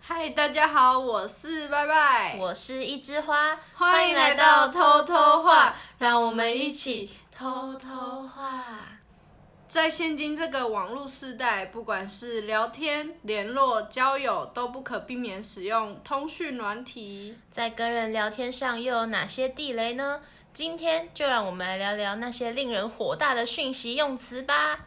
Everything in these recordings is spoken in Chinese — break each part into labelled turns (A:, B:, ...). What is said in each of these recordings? A: 嗨，大家好，我是拜拜，
B: 我是一枝花，
A: 欢迎来到偷偷话，让我们一起
B: 偷偷话。
A: 在现今这个网络时代，不管是聊天、联络、交友，都不可避免使用通讯软体。
B: 在跟人聊天上又有哪些地雷呢？今天就让我们来聊聊那些令人火大的讯息用词吧。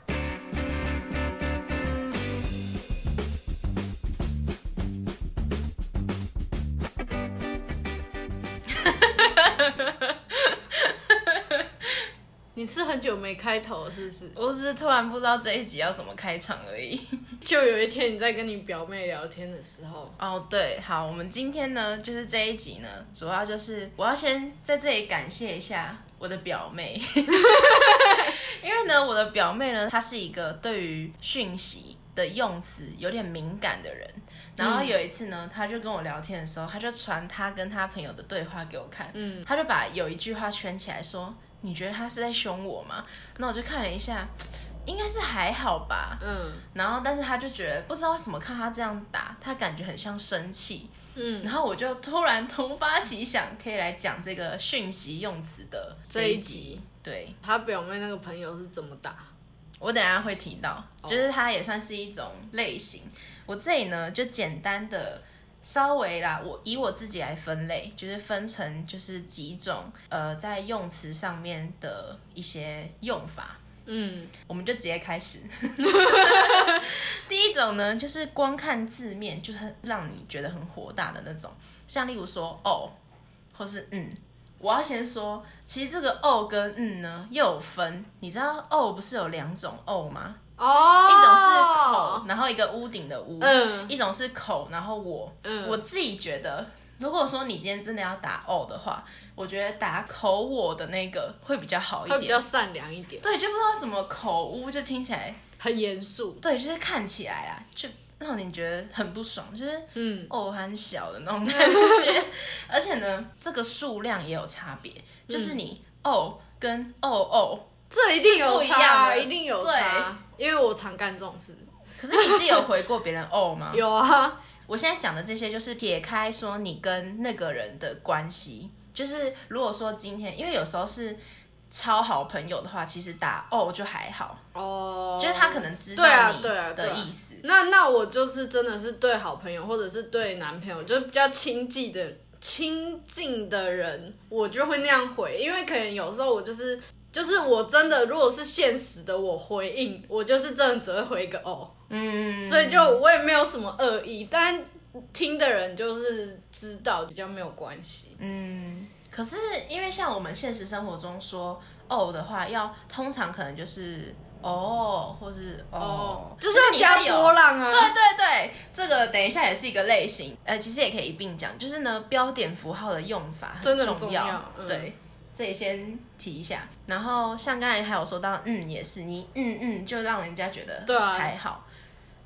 A: 你是很久没开头是不是？
B: 我只是突然不知道这一集要怎么开场而已。
A: 就有一天你在跟你表妹聊天的时候，
B: 哦，对，好，我们今天呢，就是这一集呢，主要就是我要先在这里感谢一下我的表妹， 因为呢，我的表妹呢，她是一个对于讯息的用词有点敏感的人。然后有一次呢，她就跟我聊天的时候，她就传她跟她朋友的对话给我看，嗯，她就把有一句话圈起来说：“你觉得她是在凶我吗？”那我就看了一下，应该是还好吧，
A: 嗯
B: 然后，但是他就觉得不知道为什么看他这样打，他感觉很像生气。
A: 嗯，
B: 然后我就突然突发奇想，可以来讲这个讯息用词的
A: 这一
B: 集。
A: 集
B: 对
A: 她表妹那个朋友是怎么打？
B: 我等一下会提到，就是它也算是一种类型。我这里呢就简单的稍微啦，我以我自己来分类，就是分成就是几种呃在用词上面的一些用法。
A: 嗯，
B: 我们就直接开始。第一种呢，就是光看字面就是很让你觉得很火大的那种，像例如说哦，或是嗯。我要先说，其实这个哦跟嗯呢又有分，你知道哦不是有两种哦吗？
A: 哦，
B: 一种是口，然后一个屋顶的屋，
A: 嗯
B: 一种是口，然后我，
A: 嗯
B: 我自己觉得，如果说你今天真的要打哦的话，我觉得打口我的那个会比较好一
A: 会
B: 点，
A: 比较善良一点，
B: 对，就不知道为什么口屋就听起来，
A: 很严肃。
B: 对，就是看起来啊，就让你觉得很不爽，就是
A: 嗯
B: 哦很小的那 种感觉。而且呢，这个数量也有差别，
A: 嗯
B: 就是你哦跟哦哦，
A: 这一定有差，
B: 是不一样的
A: 一定有差，因为我常干这种事。
B: 可是你自己有回过别人哦吗？
A: 有啊，
B: 我现在讲的这些，就是撇开说你跟那个人的关系，就是如果说今天，因为有时候是。超好朋友的话，其实打哦就还好，
A: 哦，
B: 就是他可能知道
A: 对啊
B: 你
A: 对啊对
B: 的
A: 啊
B: 意思，
A: 那那我就是真的是对好朋友或者是对男朋友，就是比较亲近的亲近的人，我就会那样回，因为可能有时候我就是就是我真的如果是现实的我回应，我就是真的只会回一个哦，
B: 嗯，
A: 所以就我也没有什么恶意，但听的人就是知道比较没有关系。
B: 嗯，可是因为像我们现实生活中说哦的话，要通常可能就是哦，或是哦，
A: 就是要加
B: 你会有
A: 波。浪啊，
B: 对对对，这个等一下也是一个类型，呃，其实也可以一并讲，就是呢，标点符号的用法很
A: 真的很
B: 重
A: 重要嗯
B: 对，这里先提一下。然后像刚才还有说到，嗯，也是你嗯嗯，就让人家觉得
A: 对啊
B: 还好。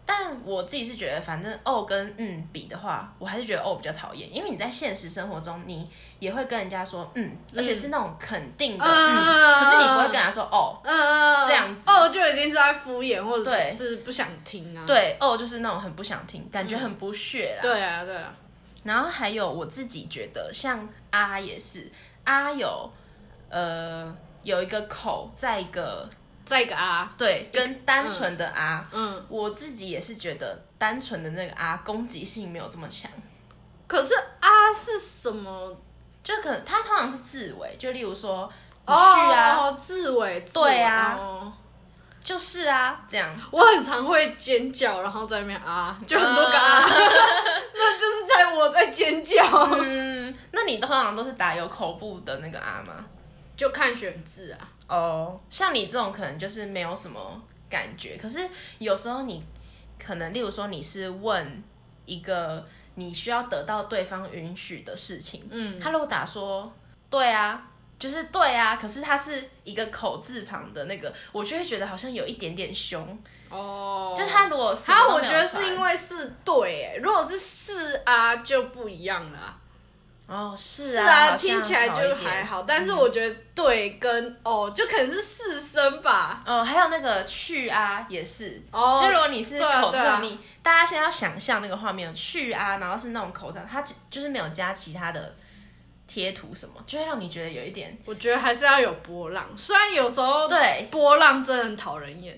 B: 但我自己是觉得，反正哦跟嗯比的话，我还是觉得哦比较讨厌，因为你在现实生活中，你也会跟人家说嗯，而且是那种肯定的
A: 嗯
B: 嗯，
A: 嗯
B: 可是你不会跟他说哦，
A: 嗯，
B: 这样子
A: 哦，就已经是在敷衍或者
B: 对
A: 是不想听啊。
B: 对哦，就是那种很不想听，感觉很不屑啦。
A: 对啊，对啊，
B: 然后还有我自己觉得，像啊也是啊有，呃有一个口，在一个
A: 再一个啊，
B: 对跟单纯的啊，
A: 嗯，
B: 我自己也是觉得单纯的那个啊攻击性没有这么强，
A: 可是啊是什么？
B: 就可能它通常是字尾，就例如说你
A: 哦，
B: 去啊，
A: 自尾，自尾
B: 对啊
A: 哦
B: 就是啊这样，
A: 我很常会尖叫，然后在那边啊， 就很多个啊，那就是在我在尖叫，
B: 嗯， 那你通常都是打有口部的那个啊吗？
A: 就看选字啊。
B: 哦，像你这种可能就是没有什么感觉，可是有时候你可能，例如说你是问一个你需要得到对方允许的事情，
A: 嗯
B: 他如果打说对啊，就是对啊，可是他是一个口字旁的那个，我就会觉得好像有一点点凶，
A: 哦，
B: 就是他如果什么
A: 他
B: 都
A: 我
B: 没
A: 觉
B: 有
A: 得
B: 传
A: 是因为是对、欸，如果是是啊就不一样了啊、
B: 哦，是
A: 是
B: 啊，
A: 啊，
B: 好像
A: 听起来
B: 好一
A: 就
B: 点
A: 还好，但是我觉得对跟、哦，就可能是四声吧。
B: 哦，还有那个去啊也是，
A: 哦
B: 就如果你是
A: 对啊
B: 口字，
A: 对啊
B: 你大家现在要想象那个画面，去啊，然后是那种口字，它只就是没有加其他的贴图什么，就会让你觉得有一点
A: 我觉得还是要有波浪，虽然有时候
B: 对，
A: 波浪真的很讨人厌。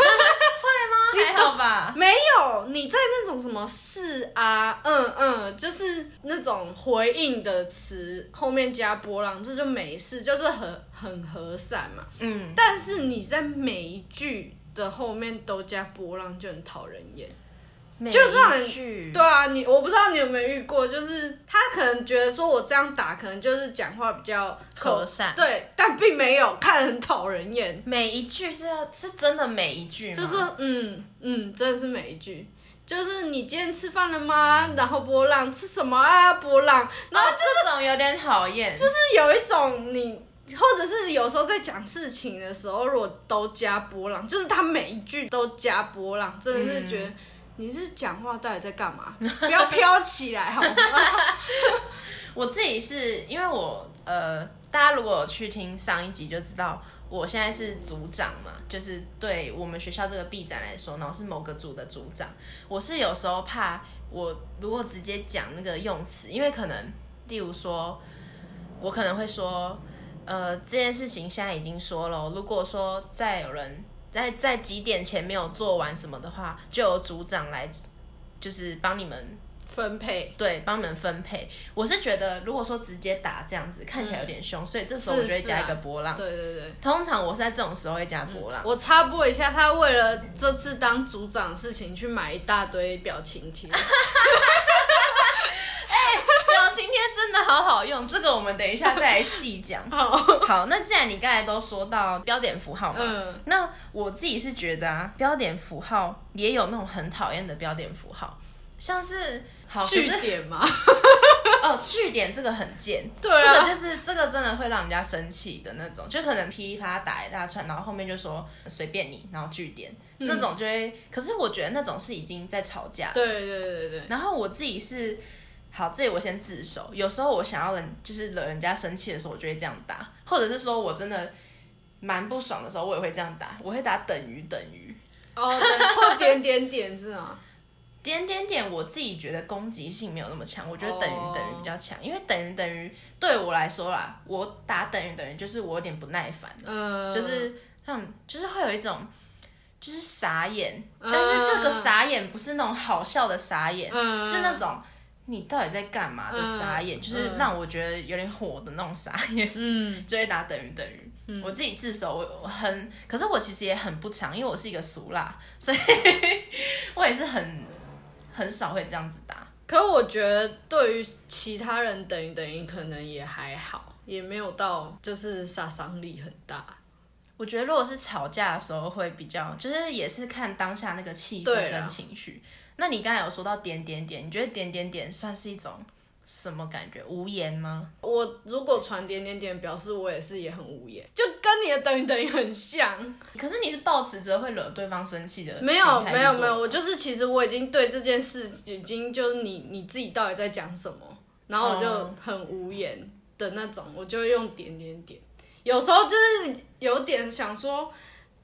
A: 啊
B: 还好吧？
A: 没有，你在那种什么是啊，嗯嗯，就是那种回应的词后面加波浪，这就没事，就是很很和善嘛。
B: 嗯，
A: 但是你在每一句的后面都加波浪，就很讨人厌。
B: 就
A: 让人
B: 去
A: 对啊，你我不知道你有没有遇过，就是他可能觉得说我这样打，可能就是讲话比较口
B: 和善
A: 对，但并没有，看很讨人厌。
B: 每一句是要是真的每一句吗，哦
A: 就是嗯嗯，真的是每一句。就是你今天吃饭了吗？然后波浪吃什么啊？波浪，然
B: 然
A: 后
B: 后这种有点讨厌，就是
A: 是有一种你，或者是有时候在讲事情的时候，如果都加波浪，就是他每一句都加波浪，真的是觉得。你是讲话到底在干嘛？不要飘起来好吗？
B: 我自己是因为我呃，大家如果有去听上一集就知道，我现在是组长嘛，就是对我们学校这个 B 展来说，然后是某个组的组长。我是有时候怕我如果直接讲那个用词，因为可能例如说，我可能会说，呃，这件事情现在已经说了，如果说再有人在在几点前没有做完什么的话，就由组长来就是帮你们
A: 分配
B: 对，帮你们分配。我是觉得，如果说直接打这样子，看起来有点凶，所以这时候我
A: 是
B: 就会
A: 是
B: 加
A: 啊
B: 一个波浪。
A: 对嗯对对，
B: 通常我是在这种时候会加波浪。
A: 我插播一下，他为了这次当组长的事情去买一大堆表情贴，
B: 表情贴啊真的好好用，这个我们等一下再来细讲。
A: 好，
B: 好，那既然你刚才都说到标点符号嘛，
A: 嗯
B: 那我自己是觉得啊，标点符号也有那种很讨厌的标点符号，像是好
A: 据
B: 可是
A: 点嘛，
B: 哦，据点这个很贱，
A: 对啊
B: 这个就是这个真的会让人家生气的那种，就可能噼里啪啦打一大串，然后后面就说随便你，然后据点、那种就会，可是我觉得那种是已经在吵架了。
A: 嗯对对对对对，
B: 然后我自己是，好，这里我先自首。有时候我想要人就是惹人家生气的时候，我就会这样打，或者是说我真的蛮不爽的时候，我也会这样打，我会打等于等于
A: 哦，对或点点点是吗？
B: 点点点，我自己觉得攻击性没有那么强，我觉得等于
A: 哦
B: 等于比较强因为等于等于对我来说啦，我打等于等于就是我有点不耐烦了
A: 呃，
B: 就是让就是会有一种就是傻眼，
A: 嗯
B: 但是这个傻眼不是那种好笑的傻眼，
A: 嗯
B: 是那种你到底在干嘛的傻眼，
A: 嗯
B: 就是让我觉得有点火的那种傻眼，
A: 嗯，
B: 就会打等于等于。我自己自首，我我很，可是我其实也很不常，因为我是一个俗辣，所以 我也是很很少会这样子打。
A: 可我觉得对于其他人等于等于可能也还好，也没有到就是杀伤力很大。
B: 我觉得如果是吵架的时候会比较，就是也是看当下那个气氛
A: 对啦
B: 跟情绪。那你刚才有说到点点点，你觉得点点点算是一种什么感觉？无言吗？
A: 我如果传点点点，表示我也是也很无言，就跟你的等于等于很像。
B: 可是你是抱持着会惹对方生气的心
A: 嗯
B: 态
A: 没
B: 去
A: 有
B: 做，
A: 没有没有，我就是其实我已经对这件事已经就是你你自己到底在讲什么，然后我
B: 哦
A: 就很无言的那种，我就会用点点点。有时候就是有点想说，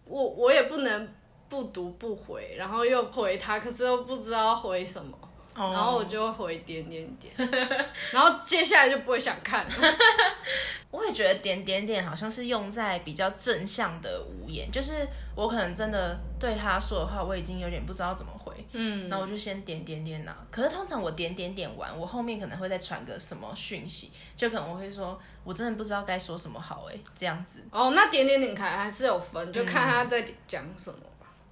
A: 我我也不能不读不回，然后又回他，可是又不知道回什么，
B: 哦
A: 然后我就会回点点 点，然后接下来就不会想看了。
B: 我也觉得点点点好像是用在比较正向的无言，就是我可能真的对他说的话，我已经有点不知道怎么回，
A: 嗯，
B: 那我就先点点点呐、啊可是通常我点点点完，我后面可能会再传个什么讯息，就可能我会说，我真的不知道该说什么好哎、这样子。
A: 哦，那点点点看还是有分，就看
B: 嗯
A: 他在讲什么。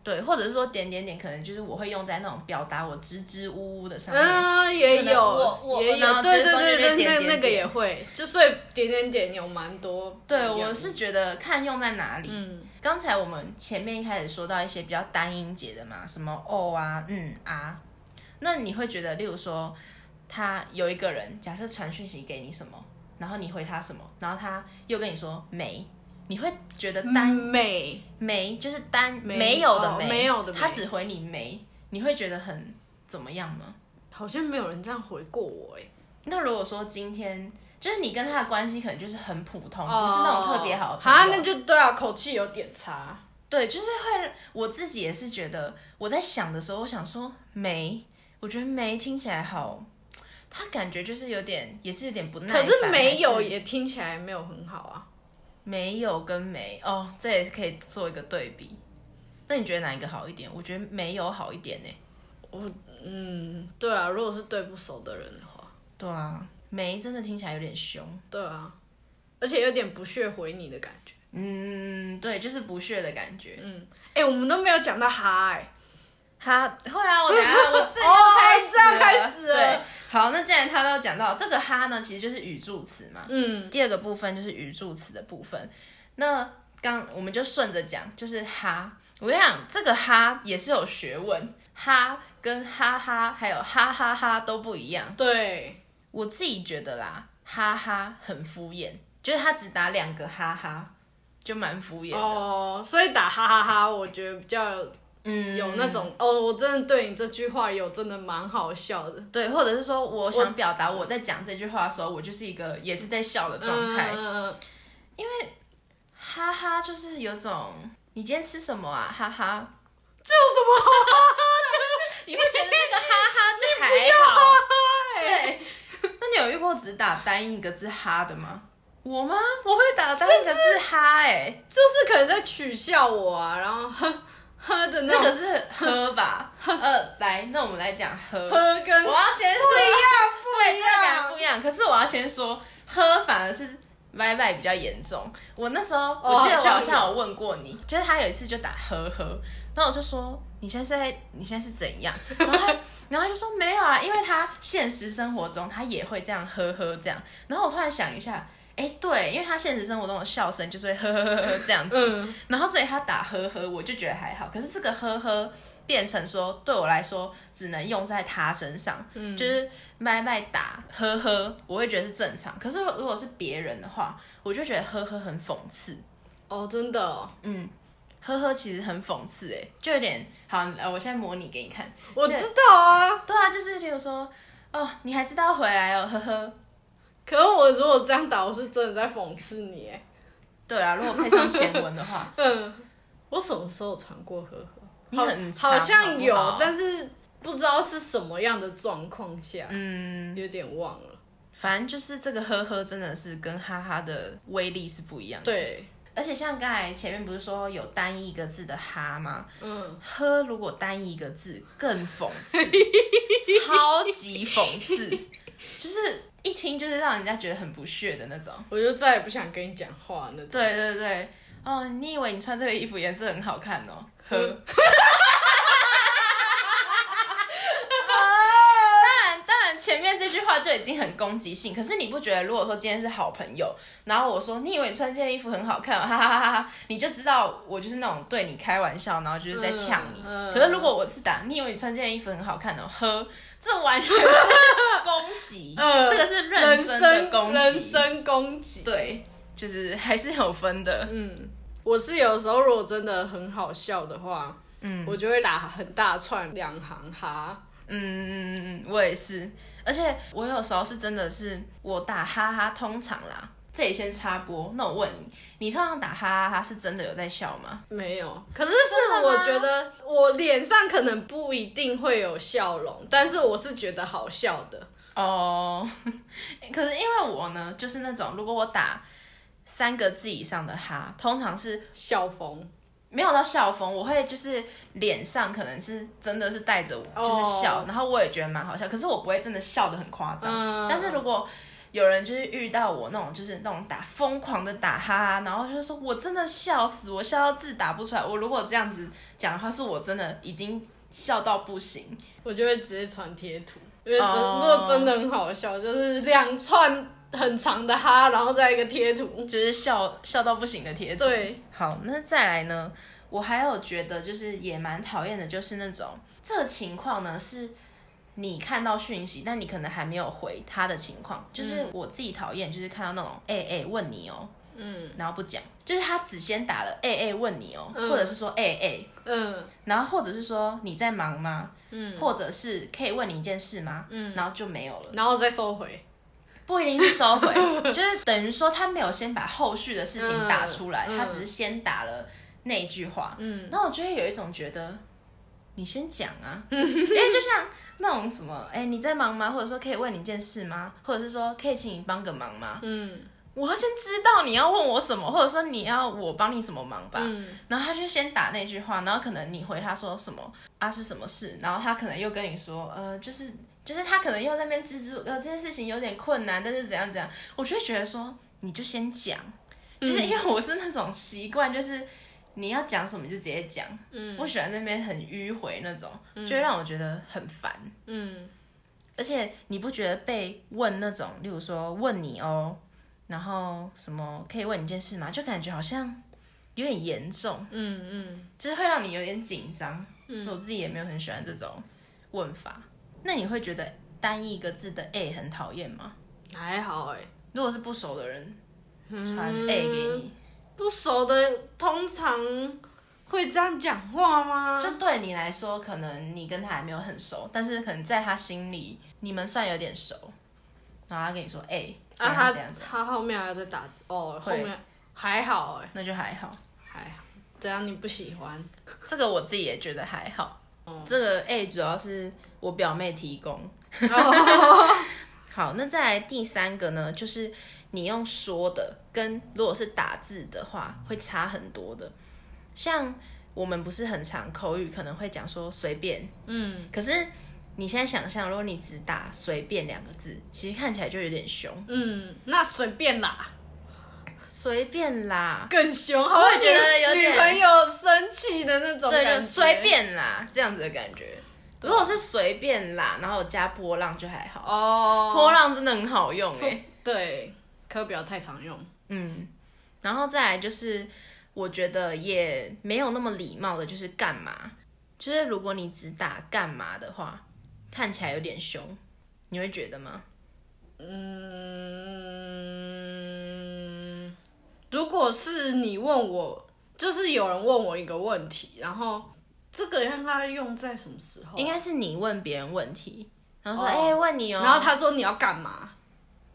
B: 对，或者是说点点点，可能就是我会用在那种表达我支支吾吾的上面。
A: 嗯，也
B: 可能
A: 有，
B: 我我
A: 也
B: 然
A: 有，
B: 后
A: 对
B: 就是
A: 对对
B: 中间
A: 对，
B: 被点
A: 那
B: 点
A: 那个
B: 点
A: 也会，就所以点点点有蛮多不一
B: 对，
A: 样的。
B: 我是觉得看用在哪里。
A: 嗯，
B: 刚才我们前面一开始说到一些比较单音节的嘛，什么哦啊、嗯啊，那你会觉得，例如说他有一个人，假设传讯息给你什么，然后你回他什么，然后他又跟你说没，你会觉
A: 嗯
B: 得单
A: 美，
B: 没，就是单
A: 没
B: 没有的
A: 哦
B: 没，
A: 没有的没
B: 他只回你没，你会觉得很怎么样吗？
A: 好像没有人这样回过我哎。
B: 那如果说今天就是你跟他的关系可能就是很普通，
A: 哦
B: 不是那种特别好的朋友
A: 啊，那就对啊，口气有点差。
B: 对，就是会我自己也是觉得我在想的时候，我想说梅，我觉得梅听起来好，他感觉就是有点也是有点不耐
A: 可
B: 烦，
A: 是没有
B: 还是
A: 也听起来没有很好啊。
B: 没有跟没哦，这也是可以做一个对比。那你觉得哪一个好一点？我觉得没有好一点呢、
A: 嗯，对啊，如果是对不熟的人的话，
B: 对啊，梅真的听起来有点凶。
A: 对啊，而且有点不屑回你的感觉。
B: 嗯，对，就是不屑的感觉。
A: 哎、我们都没有讲到哈、哎，
B: 他会啊，我等一下我 这
A: 哦
B: 要啊开始
A: 这要开始了
B: 对，好，那既然他都讲到这个哈呢，其实就是语助词嘛。
A: 嗯，
B: 第二个部分就是语助词的部分。那刚我们就顺着讲，就是哈。我跟你讲，这个哈也是有学问，哈跟哈哈还有哈哈哈都不一样。
A: 对，
B: 我自己觉得啦，哈哈很敷衍，就是他只打两个哈哈，就蛮敷衍的。
A: 哦，所以打哈哈哈，我觉得比较
B: 嗯，
A: 有那种、哦，我真的对你这句话有真的蛮好笑的
B: 对，或者是说我想表达我在讲这句话的时候，我就是一个也是在笑的状态，
A: 嗯嗯
B: 哈哈，就是有种你今天吃什么啊，哈哈，
A: 这有什么好
B: 你会觉得那个哈哈就还好，对。那你有遇过只打单一个字哈的吗？我吗？我会打单一个字哈、欸，
A: 就是可能在取笑我啊，然后呵呵的那
B: 那
A: 种
B: 个是喝 吧？呃，来，那我们来讲喝。
A: 呵跟
B: 我要先说
A: 不一样
B: 对，这个感觉
A: 不
B: 不一样。可是我要先说，喝反而是歪歪比较严重。我那时候，
A: 哦
B: 我记得我好
A: 好像
B: 像
A: 有
B: 有问过你，就是他有一次就打呵呵，然后我就说你现在是在你现在是怎样？然后他然后他就说没有啊，因为他现实生活中他也会这样呵呵这样。然后我突然想一下。哎、对，因为他现实生活中的笑声就是会呵呵呵呵这样子，
A: 嗯
B: 然后所以他打呵呵，我就觉得还好。可是这个呵呵变成说，对我来说只能用在他身上，
A: 嗯
B: 就是麦麦打呵呵，我会觉得是正常。可是如果是别人的话，我就觉得呵呵很讽刺，嗯
A: 哦，真的哦、
B: 呵呵其实很讽刺、欸，哎，就有点好。呃，我现在模拟给你看，
A: 我
B: 就
A: 知道啊。
B: 对啊，就是例如说，哦，你还知道回来哦，呵呵。
A: 可是我如果这样打，我是真的在讽刺你哎。，
B: 对啊，如果配上前文的话
A: 嗯，我什么时候传过呵呵？
B: 你很
A: 好
B: 长
A: 好像有，
B: 好不好
A: 但是不知道是什么样的状况下，
B: 嗯，
A: 有点忘了。
B: 反正就是这个呵呵真的是跟哈哈的威力是不一样的。
A: 对，
B: 而且像刚才前面不是说有单一一个字的哈吗？
A: 嗯，
B: 呵，如果单一一个字更讽 刺，超级讽刺，就是一听就是让人家觉得很不屑的那种。
A: 我就再也不想跟你讲话那种。
B: 对对对，哦，你以为你穿这个衣服颜色很好看哦？呵，
A: 嗯啊
B: 当然当然，前面这句话就已经很攻击性，可是你不觉得，如果说今天是好朋友，然后我说你以为你穿这件衣服很好看、哦，哈哈哈哈哈，你就知道我就是那种对你开玩笑，然后就是在呛你。
A: 嗯嗯
B: 可是如果我是打你以为你穿这件衣服很好看哦，呵，这完全是攻击，
A: 嗯
B: 这个是认
A: 人
B: 真
A: 身
B: 的攻击，
A: 人身攻击。
B: 对，就是还是有分的。
A: 嗯，我是有时候如果真的很好笑的话，
B: 嗯
A: 我就会打很大串两行哈。
B: 嗯，我也是，而且我有时候是真的是我打哈哈，通常啦，这里先插播。那我问你，你通常打哈哈哈是真的有在笑吗？
A: 没有，可是是我觉得我脸上可能不一定会有笑容，但是我是觉得好笑的。
B: 哦、 可是因为我呢，就是那种如果我打三个字以上的哈，通常是
A: 笑疯，
B: 没有到笑疯，我会就是脸上可能是真的是带着就是笑
A: 哦
B: 然后我也觉得蛮好笑，可是我不会真的笑得很夸张。
A: 嗯
B: 但是如果有人就是遇到我那种就是那种打疯狂的打哈哈，然后就说我真的笑死，我笑到字打不出来。我如果这样子讲的话，是我真的已经笑到不行。
A: 我就会直接传贴图，因为真、
B: 哦
A: 如果真的很好笑，就是两串很长的哈，然后再一个贴图。
B: 就是笑笑到不行的贴图。
A: 对，
B: 好，那再来呢？我还有觉得就是也蛮讨厌的，就是那种这个情况呢是。你看到讯息，但你可能还没有回他的情况，就是我自己讨厌，就是看到那种哎哎、欸问你哦、
A: 嗯
B: 然后不讲，就是他只先打了哎哎、欸问你哦、
A: 嗯
B: 或者是说哎哎、欸
A: 嗯
B: 然后或者是说你在忙吗？
A: 嗯，
B: 或者是可以问你一件事吗？
A: 嗯
B: 然后就没有了。
A: 然后再收回。
B: 不一定是收 回，就是等于说他没有先把后续的事情打出来，
A: 嗯嗯
B: 他只是先打了那一句话。嗯，那我就会有一种觉得，你先讲 啊，因为就像那种什么，哎、你在忙吗？或者说可以问你一件事吗？或者是说可以请你帮个忙吗？
A: 嗯
B: 我要先知道你要问我什么，或者说你要我帮你什么忙吧。
A: 嗯
B: 然后他就先打那句话，然后可能你回他说什么啊是什么事，然后他可能又跟你说，呃，就是就是他可能又在那边支支吾吾，呃，这件事情有点困难，但是怎样怎样，我就会觉得说，你就先讲，就是
A: 嗯
B: 因为我是那种习惯，就是你要讲什么就直接讲，
A: 嗯
B: 不喜欢那边很迂回那种，就会让我觉得很烦。
A: 嗯
B: 而且你不觉得被问那种，例如说问你哦，然后什么可以问你一件事吗？就感觉好像有点严重，
A: 嗯嗯，
B: 就是会让你有点紧张。所以我自己也没有很喜欢这种问法。那你会觉得单一一个字的 A 很讨厌吗？
A: 还好哎、
B: 如果是不熟的人传
A: 嗯
B: A 给你，
A: 不熟的通常会这样讲话吗？
B: 就对你来说，可能你跟他还没有很熟，但是可能在他心里你们算有点熟，然后他跟你说 A 怎
A: 啊，
B: 样
A: 他
B: 怎样怎样，
A: 他后面还在打字哦，后
B: 会
A: 面还好哎、
B: 那就还好。
A: 还好。怎样你不喜 欢？
B: 这个我自己也觉得还好。
A: 哦
B: 这个 A 主要是我表妹提供。
A: 哦
B: 好，那再来第三个呢，就是你用说的跟如果是打字的话，会差很多的。像我们不是很常口语，可能会讲说随便，
A: 嗯
B: 可是你现在想象，如果你只打随便两个字，其实看起来就有点凶。
A: 嗯，那随便啦，
B: 随便啦，
A: 更凶，好
B: 我
A: 像
B: 也觉得有
A: 女
B: 点
A: 女朋友生气的那种感
B: 对，
A: 觉，啊
B: 就随便啦这样子的感觉。如果是随便啦，然后加波浪就还好。波
A: 哦。
B: 浪真的很好用哎、
A: 对，可不要太常用。
B: 嗯，然后再来就是，我觉得也没有那么礼貌的，就是干嘛？就是如果你只打干嘛的话，看起来有点凶，你会觉得吗？
A: 嗯，如果是你问我，就是有人问我一个问题，然后这个应该用在什么时候？啊
B: 应该是你问别人问题，然后说：“
A: 哦
B: 哎、问你哦、
A: 然后他说你要干嘛？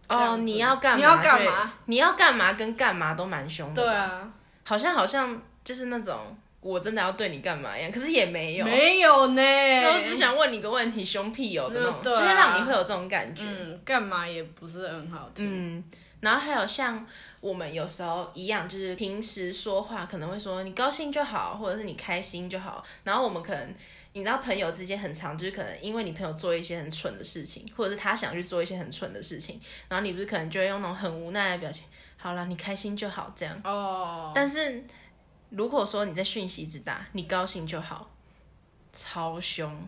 A: 这
B: 哦，
A: 样子
B: 你要干嘛？
A: 你要干
B: 对
A: 嘛？
B: 你要干嘛？跟干嘛都蛮凶的。
A: 对，啊，
B: 好像好像就是那种我真的要对你干嘛一样，可是也没有，
A: 没有呢，
B: 我只想问你个问题，凶屁有的那种，
A: 嗯对啊
B: 就会让你会有这种感觉。
A: 嗯，干嘛也不是很好听。
B: 嗯，然后还有像我们有时候一样，就是平时说话可能会说你高兴就好，或者是你开心就好。然后我们可能你知道朋友之间很常就是可能因为你朋友做一些很蠢的事情，或者是他想去做一些很蠢的事情，然后你不是可能就会用那种很无奈的表情，好了，你开心就好这样。
A: 哦，
B: 但是如果说你在讯息之大，你高兴就好，超凶，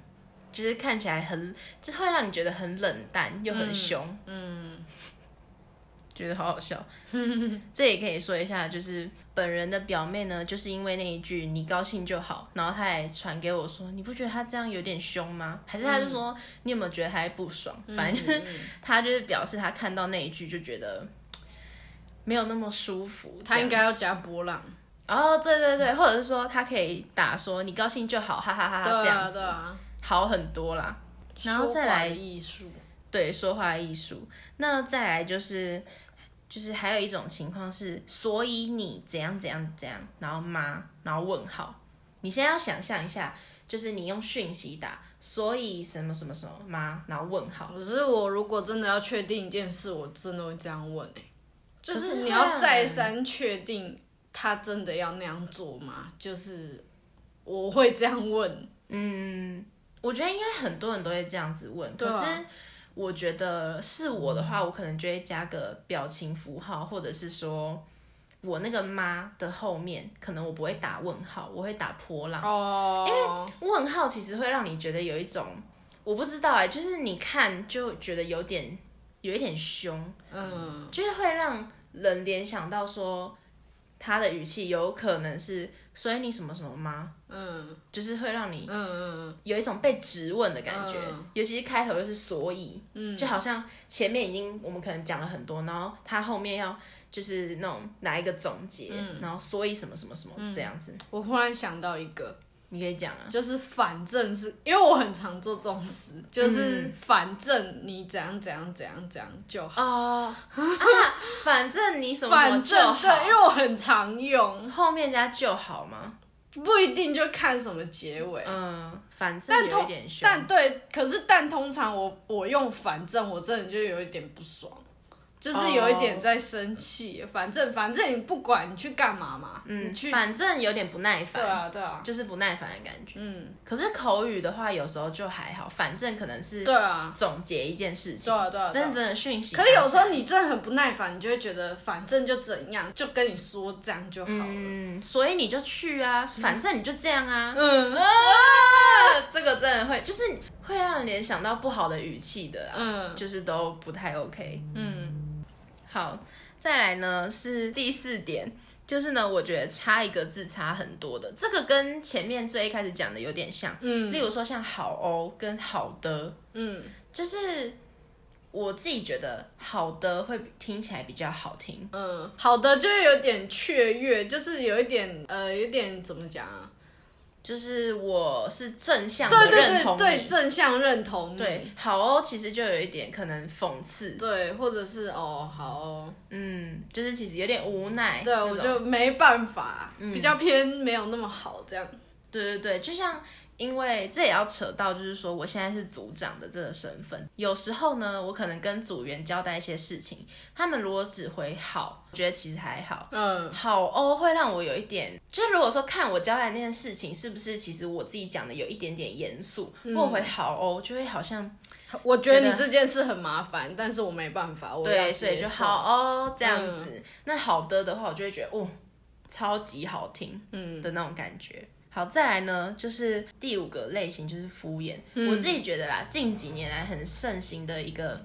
B: 就是看起来很，就会让你觉得很冷淡又很凶、嗯， 觉得好好笑。这也可以说一下，就是本人的表妹呢，就是因为那一句“你高兴就好”，然后她还传给我说：“你不觉得她这样有点凶吗？”还是她就说：“你有没有觉得她不爽？”反正就是她就是表示她看到那一句就觉得。没有那么舒服，
A: 他应该要加波浪。
B: 哦，对对对，或者是说他可以打说你高兴就好，哈哈哈哈，
A: 对
B: 这样
A: 啊，
B: 子
A: 对啊。
B: 好很多啦。然后再来
A: 说话的艺术，
B: 对，说话艺术。那再来就是，就是还有一种情况是，所以你怎样怎样怎样，然后吗，然后问号。你现在要想象一下，就是你用讯息打，所以什么什么什么吗，然后问号。
A: 可是我如果真的要确定一件事，我真的会这样问诶、欸就
B: 可是
A: 是
B: 会
A: 你要再三确定他真的要那样做吗？就是我会这样问，
B: 我觉得应该很多人都会这样子问，
A: 对
B: 可
A: 啊
B: 是我觉得是我的话，我可能就会加个表情符号，或者是说我那个妈的后面，可能我不会打问号，我会打波浪。
A: 哦，因为
B: 问号其实会让你觉得有一种我不知道哎、就是你看就觉得有点有一点凶，
A: 嗯，
B: 就是会让人联想到说他的语气有可能是，所以你什么什么吗？
A: 嗯
B: 就是会让你
A: 嗯嗯
B: 有一种被质问的感觉，
A: 嗯
B: 尤其是开头就是所以，就好像前面已经我们可能讲了很多，然后他后面要就是
A: 嗯
B: 那种来一个总结，然后所以什么什么什么这样子，
A: 嗯，我忽然想到一个，
B: 你可以讲啊。
A: 就是反正是因为我很常做这种事，就是
B: 嗯
A: 反正你怎样怎样怎样怎样就好。
B: 哦，啊，反正你什么什么
A: 反
B: 就
A: 正对，因为
B: 好，
A: 我很常用，
B: 后面加就好吗？
A: 不一定就看什么结尾。
B: 嗯，反
A: 但
B: 正有一
A: 通
B: 点凶。
A: 但对，可是但通常我我用反正我真的就有一点不爽，就是有一点
B: 哦
A: 在生气。反正反正你不管你去干嘛嘛，你
B: 嗯
A: 去，
B: 反正有点不耐烦。
A: 对啊对啊，
B: 就是不耐烦的感觉。
A: 嗯
B: 可是口语的话，有时候就还好，反正可能是
A: 对啊
B: 总结一件事情。
A: 对啊对啊，对
B: 但
A: 啊
B: 是真的讯息，
A: 可是有时候你真的很不耐烦，你就会觉得反正就怎样，就跟你说这样就好了。
B: 嗯，所以你就去啊，反正你就这样啊。
A: 嗯
B: 啊这个真的会，就是会让人联想到不好的语气的啊，
A: 嗯
B: 就是都不太 OK。
A: 嗯
B: 好，再来呢是第四点，就是呢，我觉得差一个字差很多的，这个跟前面最一开始讲的有点像，
A: 嗯
B: 例如说像好哦跟好的，
A: 嗯
B: 就是我自己觉得好的会听起来比较好听，
A: 嗯，好的，就有点雀跃，就是有一点呃，有点怎么讲啊？
B: 就是我是正向的
A: 对
B: 认
A: 对
B: 同
A: 对
B: 你。
A: 对，正向认同你，
B: 对好哦，其实就有一点可能讽刺，
A: 对或者是哦好哦，
B: 嗯，就是其实有点无奈
A: 对
B: 哎
A: 啊
B: 那种。嗯
A: 我就没办法，比较偏没有那么好这样。
B: 对对对，就像因为这也要扯到，就是说我现在是组长的这个身份，有时候呢，我可能跟组员交代一些事情，他们如果只回好，我觉得其实还好。
A: 嗯
B: 好哦，会让我有一点，就是如果说看我交代那件事情是不是，其实我自己讲的有一点点严肃，或回好哦，就会好像
A: 我觉得
B: 觉
A: 你
B: 得
A: 这件事很麻烦，但是我没办法，我要
B: 对，所以
A: 接
B: 就
A: 受嗯
B: 好哦这样子。那好的的话，我就会觉得哦，超级好听，
A: 嗯
B: 的那种感觉。好，再来呢，就是第五个类型就是敷衍。
A: 嗯
B: 我自己觉得啦，近几年来很盛行的一个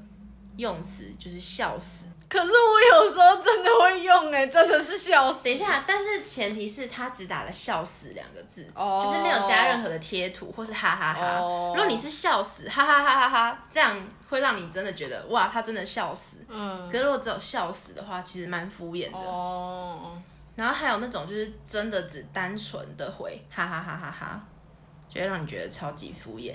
B: 用词就是笑死。
A: 可是我有时候真的会用哎、真的是笑死。
B: 等一下，但是前提是他只打了“笑死”两个字
A: 哦
B: 就是没有加任何的贴图或是哈哈哈。
A: 哦
B: 如果你是笑死，哈哈哈哈哈，这样会让你真的觉得哇，他真的笑死。
A: 嗯，
B: 可是如果只有笑死的话，其实蛮敷衍的。
A: 哦，
B: 然后还有那种就是真的只单纯的回哈哈哈哈哈，就会让你觉得超级敷衍，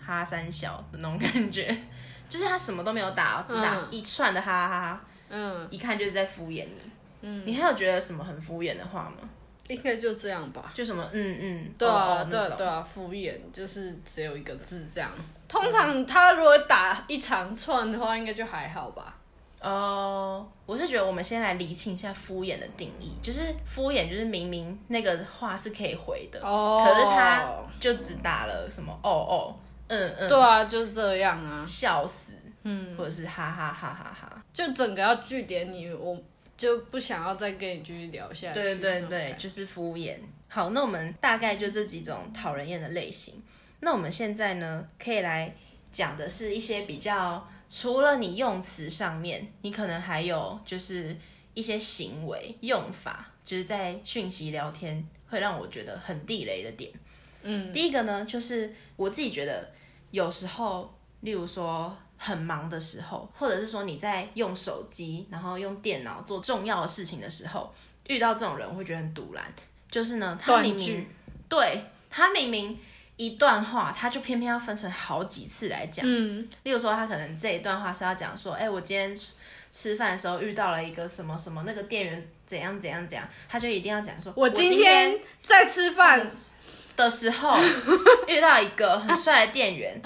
B: 哈三小的那种感觉， 就是他什么都没有打哦，只打
A: 嗯
B: 一串的哈哈哈哈，
A: 嗯，
B: 一看就是在敷衍你。嗯，你还有觉得什么很敷衍的话吗？
A: 应该就这样吧。
B: 就什么嗯嗯，
A: 对啊，
B: 哦哦
A: 对
B: 那
A: 啊，
B: 种
A: 对啊，敷衍就是只有一个字这样。
B: 嗯
A: 通常他如果打一长串的话，应该就还好吧。
B: 哦，我是觉得我们先来厘清一下敷衍的定义，就是敷衍就是明明那个话是可以回的，
A: 哦
B: 可是他就只打了什么哦哦嗯嗯，
A: 对啊，就是这样啊，
B: 笑死，嗯，或者是哈哈哈哈哈。
A: 就整个要据点你，我就不想要再跟你继续聊下去。
B: 对对
A: 那
B: 对，
A: 种
B: 就是敷衍。好，那我们大概就这几种讨人厌的类型。那我们现在呢，可以来讲的是一些比较除了你用词上面，你可能还有就是一些行为用法，就是在讯息聊天会让我觉得很地雷的点。嗯，第一个呢，就是我自己觉得有时候，例如说很忙的时候，或者是说你在用手机，然后用电脑做重要的事情的时候，遇到这种人我会觉得很堵然。就是呢，他
A: 断
B: 明明
A: 句
B: 对他明明一段话，他就偏偏要分成好几次来讲。
A: 嗯
B: 例如说，他可能这一段话是要讲说，哎、我今天吃吃饭的时候遇到了一个什么什么，那个店员怎样怎样怎样，他就一定要讲说，
A: 我今天在吃饭，
B: 的时候 遇到一个很帅的店员，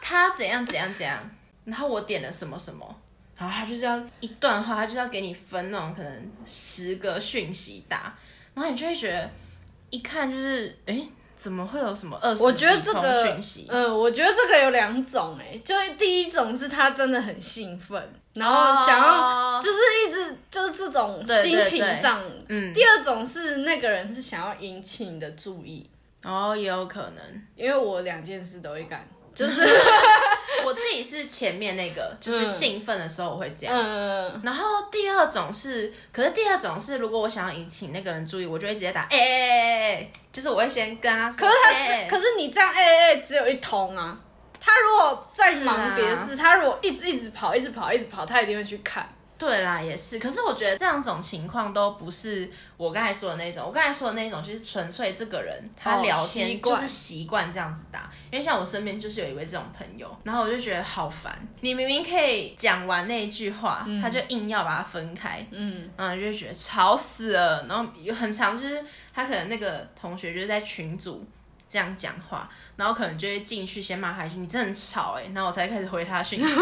B: 他怎样怎样怎样，然后我点了什么什么，然后他就是要一段话，他就是要给你分那种可能十个讯息打，然后你就会觉得一看就是，哎、怎么会有什么二十
A: 我觉得
B: 几
A: 这
B: 封
A: 个
B: 讯息，？
A: 嗯，我觉得这个有两种、欸，哎，就是第一种是他真的很兴奋，然后想要、
B: 哦
A: 就是一直就是这种
B: 对
A: 心
B: 对
A: 情
B: 对
A: 上。
B: 嗯，
A: 第二种是那个人是想要引起你的注意，
B: 哦，也有可能。
A: 因为我两件事都会干，就是
B: 我自己是前面那个，就是兴奋的时候我会这样。
A: 嗯，
B: 然后第二种是，可是第二种是，如果我想要引起那个人注意，我就会直接打哎哎哎哎哎，就是我会先跟他说。
A: 可是他只、
B: 哎
A: 可是你这样哎哎只有一通啊。
B: 啊
A: 他如果在忙别的事，他如果一直一直跑，一直跑，一直跑，他一定会去看。
B: 对啦，也是。可是我觉得这两种情况都不是我刚才说的那种。我刚才说的那种就是纯粹这个人他
A: 哦
B: 聊
A: 习
B: 天就
A: 惯
B: 是习惯这样子打，因为像我身边就是有一位这种朋友，然后我就觉得好烦。你明明可以讲完那一句话，他就硬要把它分开，
A: 嗯，
B: 然后你就觉得吵死了。然后有很长就是他可能那个同学就是在群组。这样讲话，然后可能就会进去先骂他一句：“你真的很吵哎、欸！”然后我才开始回他讯息。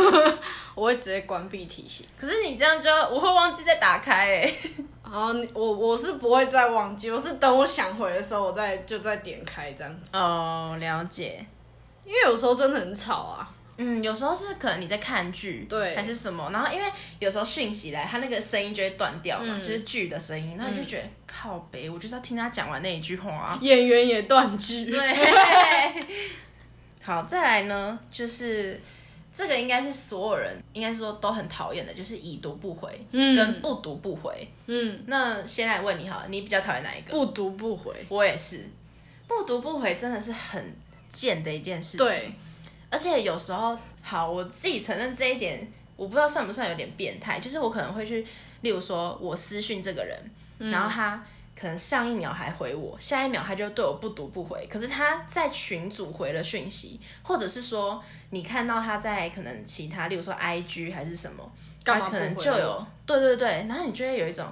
A: 我会直接关闭提醒。
B: 可是你这样就我会忘记再打开哎、
A: 哦，你我我是不会再忘记，我是等我想回的时候，我再就再点开这样子，
B: 哦，了解。
A: 因为有时候真的很吵啊。
B: 嗯，有时候是可能你在看剧，
A: 对
B: 还是什么，然后因为有时候讯息来，它那个声音就会断掉嘛，
A: 嗯
B: 就是剧的声音，然后你就觉得、靠北，我就是要听他讲完那一句话啊。
A: 演员也断 句，
B: 对，好，再来呢，就是这个应该是所有人应该说都很讨厌的，就是已读不回，
A: 嗯
B: 跟不读不回。
A: 嗯，
B: 那先来问你好了，你比较讨厌哪一 个？
A: 不读不回，
B: 我也是，不读不回真的是很贱的一件事情。
A: 对，
B: 而且有时候，好，我自己承认这一点，我不知道算不算有点变态，就是我可能会去，例如说我私讯这个人，然后他可能上一秒还回我，下一秒他就对我不读不回，可是他在群组回了讯息，或者是说你看到他在可能其他，例如说 IG 还是什么，
A: 干
B: 他
A: 嘛不
B: 哎可
A: 回
B: 能
A: 我
B: 就有，对对对，然后你就会有一种。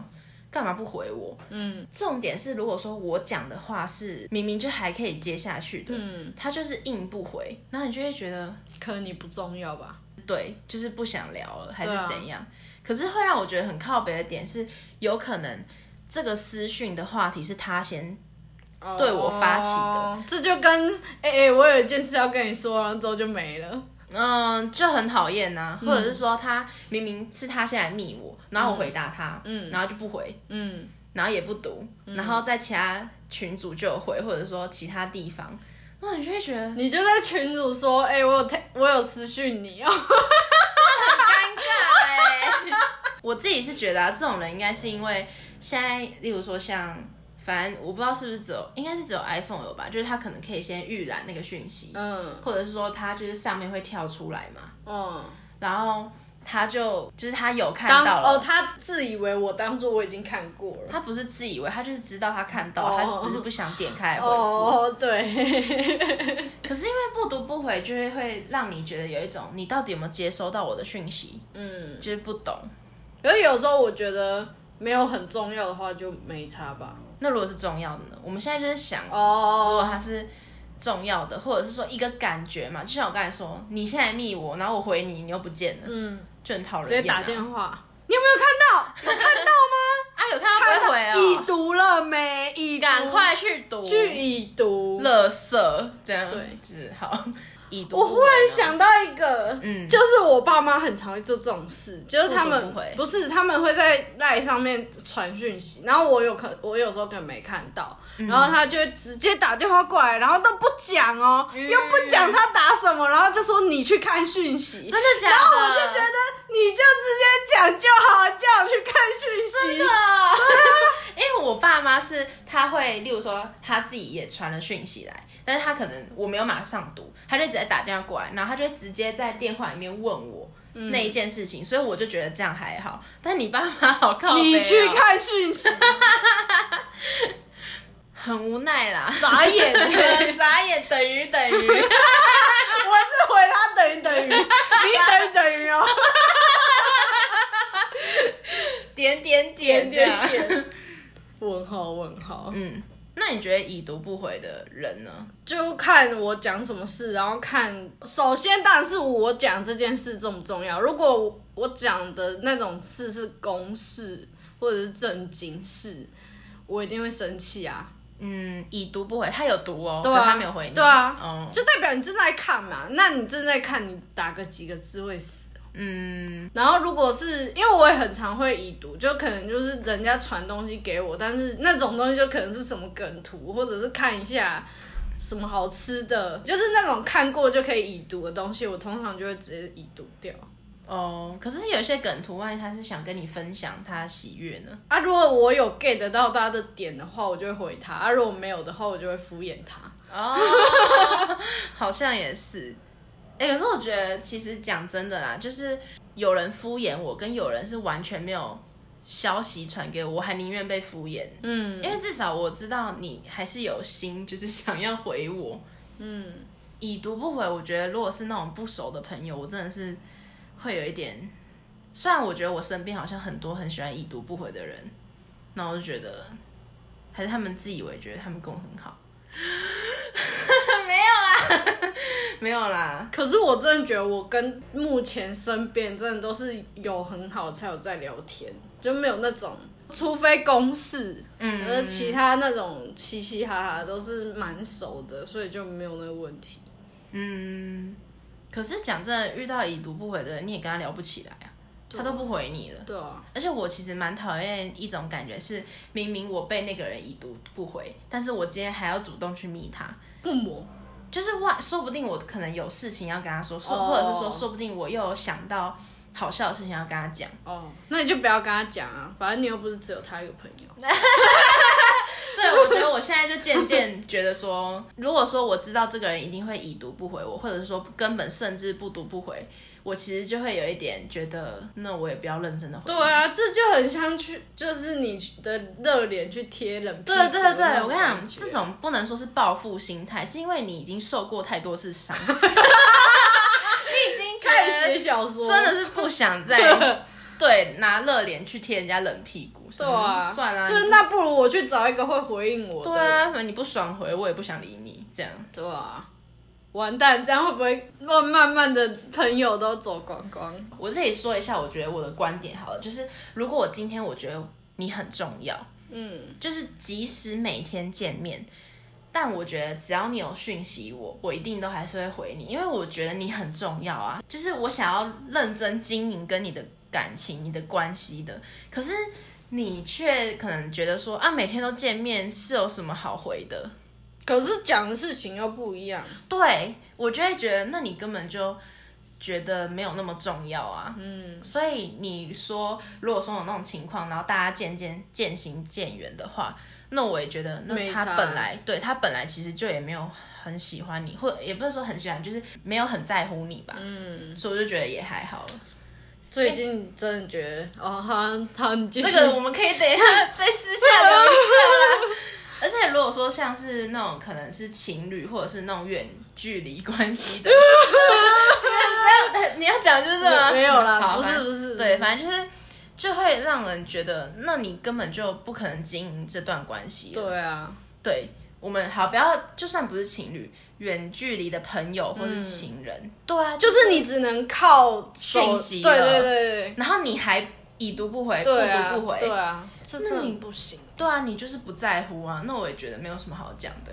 B: 干嘛不回我？嗯，重点是，如果说我讲的话是明明就还可以接下去的，嗯，他就是硬不回，然后你就会觉得
A: 可能你不重要吧？
B: 对，就是不想聊了，还是
A: 对啊
B: 怎样？可是会让我觉得很靠北的点是，有可能这个私讯的话题是他先，对我发起的
A: 哦这就跟哎哎、我有一件事要跟你说，然后之后就没了。
B: 嗯，就很讨厌呐，或
A: 嗯
B: 者是说他明明是他先来密我，然后我回答他，嗯，然后就不回，
A: 嗯，
B: 然后也不读，然后在其他群组就有回，或者说其他地方，那你就会觉得
A: 你就在群主说，哎、我有 te- 我有私讯你哦。
B: 尴尬、欸。 我自己是觉得、啊、这种人应该是因为现在，例如说像，反正我不知道是不是只有，应该是只有 iPhone 有吧，就是它可能可以先预览那个讯息，
A: 嗯
B: 或者是说它就是上面会跳出来嘛，
A: 嗯，
B: 然后他就就是他有看
A: 当
B: 到了。
A: 哦，他自以为我当做我已经看过了。
B: 他不是自以为，他就是知道他看到，
A: 哦
B: 他只是不想点开来回复。
A: 哦，对，
B: 可是因为不读不回，就会会让你觉得有一种你到底有没有接收到我的讯息，
A: 嗯。
B: 就是不懂。
A: 可是有时候我觉得没有很重要的话就没差吧。
B: 那如果是重要的呢？我们现在就是想如果
A: 哦，
B: 它是重要的，或者是说一个感觉嘛，就像我刚才说，你现在密我，然后我回你，你又不见了，
A: 嗯，哎
B: 就很讨人
A: 直接
B: 厌、啊。
A: 打电话。你有没有看到？有看到吗？
B: 啊，有看到不会回
A: 已
B: 哦，
A: 读了没？已读
B: 赶快去读，
A: 啊
B: 哦
A: 去已读。
B: 垃圾这样
A: 对
B: 是好。已读
A: 我
B: 不
A: 忽
B: 回
A: 然
B: 哦，
A: 想到一个，
B: 嗯
A: 就是我爸妈很常会做这种事，就是他
B: 不读
A: 们
B: 不回
A: 是他们会在赖上面传讯息，然后我有可我有时候可能没看到，
B: 嗯
A: 然后他就会直接打电话过来，然后都不讲哦，
B: 嗯
A: 又不讲他打什么，然后就说你去看讯息，
B: 真的假啊的？
A: 然后我就觉得你就直接讲就好，叫我去看讯息。真的，
B: 啊 因为我爸妈是他会，例如说他自己也传了讯息来，但是他可能我没有马上读，他就直接打电话过来，然后他就会直接在电话里面问我
A: 嗯
B: 那一件事情，所以我就觉得这样还好。但你爸妈好靠、背哦
A: 你去，看讯息，
B: 很无奈啦，
A: 傻眼。
B: 傻眼等于等于，
A: 我是回他等于等于，你等于等于哦，
B: 点点
A: 点
B: 点这样
A: 点点。问号问号，
B: 嗯，那你觉得已读不回的人呢？
A: 就看我讲什么事，然后看首先当然是我讲这件事重不重要。如果我我讲的那种事是公事或者是正经事，我一定会生气啊。
B: 嗯，已读不回，他有读哦，
A: 对
B: 可
A: 啊，
B: 他没有回你，
A: 对啊，
B: 哦，
A: 就代表你正在看嘛。那你正在看，你打个几个字会死。
B: 嗯，
A: 然后如果是因为我也很常会已读，就可能就是人家传东西给我，但是那种东西就可能是什么梗图，或者是看一下什么好吃的，就是那种看过就可以已读的东西，我通常就会直接已读掉。
B: 哦，可是有些梗图，万一他是想跟你分享他的喜悦呢？
A: 啊，如果我有 get 得到他的点的话，我就会回他；啊，如果没有的话，我就会敷衍他。
B: 哦，好像也是。哎、可是我觉得其实讲真的啦，就是有人敷衍我，跟有人是完全没有消息传给我，我还宁愿被敷衍。
A: 嗯，
B: 因为至少我知道你还是有心，就是想要回我。嗯，已读不回，我觉得如果是那种不熟的朋友，我真的是会有一点。虽然我觉得我身边好像很多很喜欢已读不回的人，那我就觉得还是他们自以为觉得他们跟我很 好。 没有啦，没有啦。
A: 可是我真的觉得我跟目前身边真的都是有很好才有在聊天，就没有那种。除非公事，嗯，而其他那种嘻嘻哈哈都是蛮熟的，所以就没有那个问题。
B: 可是讲真的，遇到已读不回的人，你也跟他聊不起来啊，他都不回你了。
A: 对啊，
B: 而且我其实蛮讨厌一种感觉是，明明我被那个人已读不回，但是我今天还要主动去密他，
A: 不磨，
B: 就是万说不定我可能有事情要跟他说，说、
A: 哦
B: 或者是说说不定我又有想到好笑的事情要跟他讲，
A: 哦，那你就不要跟他讲啊，反正你又不是只有他一个朋友。
B: 嗯对，我觉得我现在就渐渐觉得说，如果说我知道这个人一定会已读不回我，或者是说根本甚至不读不回，我其实就会有一点觉得，那我也不要认真的回。
A: 对啊，这就很像去，就是你的热脸去贴冷屁股
B: 对
A: 的
B: 对
A: 那种
B: 对，我跟你讲，
A: 感觉
B: 这种不能说是报复心态，是因为你已经受过太多次伤， 你已经觉
A: 看写
B: 得
A: 小说
B: 真的是不想 再对拿热脸去贴人家冷屁股，
A: 对啊，
B: 算了、
A: 就是
B: 你
A: 那不如我去找一个会回应我的。
B: 对，啊，反正你不爽回我也不想理你，这样
A: 对啊，完蛋，这样会不会慢慢慢的朋友都走光光？
B: 我自己说一下，我觉得我的观点好了，就是如果我今天我觉得你很重要，
A: 嗯，
B: 就是即使每天见面，但我觉得只要你有讯息我，我一定都还是会回你，因为我觉得你很重要啊。就是我想要认真经营跟你的感情、你的关系的，可是你却可能觉得说啊，每天都见面是有什么好回的？
A: 可是讲的事情又不一样。
B: 对我就会觉得，那你根本就。觉得没有那么重要啊，嗯，所以你说，如果说有那种情况，然后大家渐渐渐行渐远的话，那我也觉得，那
A: 没
B: 他
A: 差
B: 本来对他本来其实就也没有很喜欢你，或也不是说很喜欢，就是没有很在乎你吧，嗯，所以我就觉得也还好了。
A: 最近真的觉得，哦，好，好，你继续。
B: 这个我们可以 等一下再私下聊一下啦。而且如果说像是那种可能是情侣或者是那种远距离关系的， 没有你要讲就是这个吗
A: 没有啦，
B: 好
A: 不
B: 反
A: 是
B: 正
A: 不是，
B: 对，反正就是就会让人觉得，那你根本就不可能经营这段关系。
A: 对啊，
B: 对，我们好不要，就算不是情侣，远距离的朋友或是情人，对啊，
A: 嗯就是你只能靠手
B: 讯息
A: 对对
B: 了
A: 对对。
B: 然后你还已读不回，
A: 对啊，
B: 不读不回，
A: 对啊，这真的
B: 你
A: 不行。
B: 对啊，你就是不在乎啊，那我也觉得没有什么好讲的。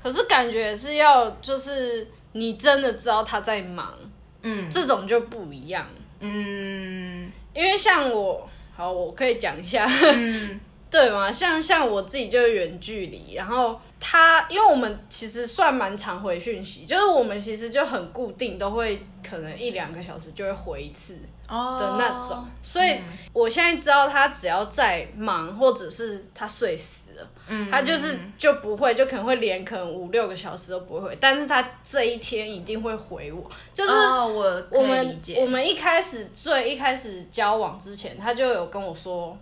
A: 可是感觉是要，就是你真的知道他在忙，
B: 嗯
A: 这种就不一样。
B: 嗯
A: 因为像我，好，我可以讲一下，
B: 嗯
A: 对嘛？像像我自己就是远距离，然后他，因为我们其实算蛮常回讯息，就是我们其实就很固定，都会可能一两个小时就会回一次
B: 哦
A: 的那种。所以我现在知道他只要在忙，或者是他睡死了。
B: 嗯
A: 他就是就不会，就可能会连可能五六个小时都不会回，但是他这一天一定会回我，就是。
B: 哦，我可以
A: 我
B: 理
A: 们
B: 解
A: 我们一开始最一开始交往之前，他就有跟我说，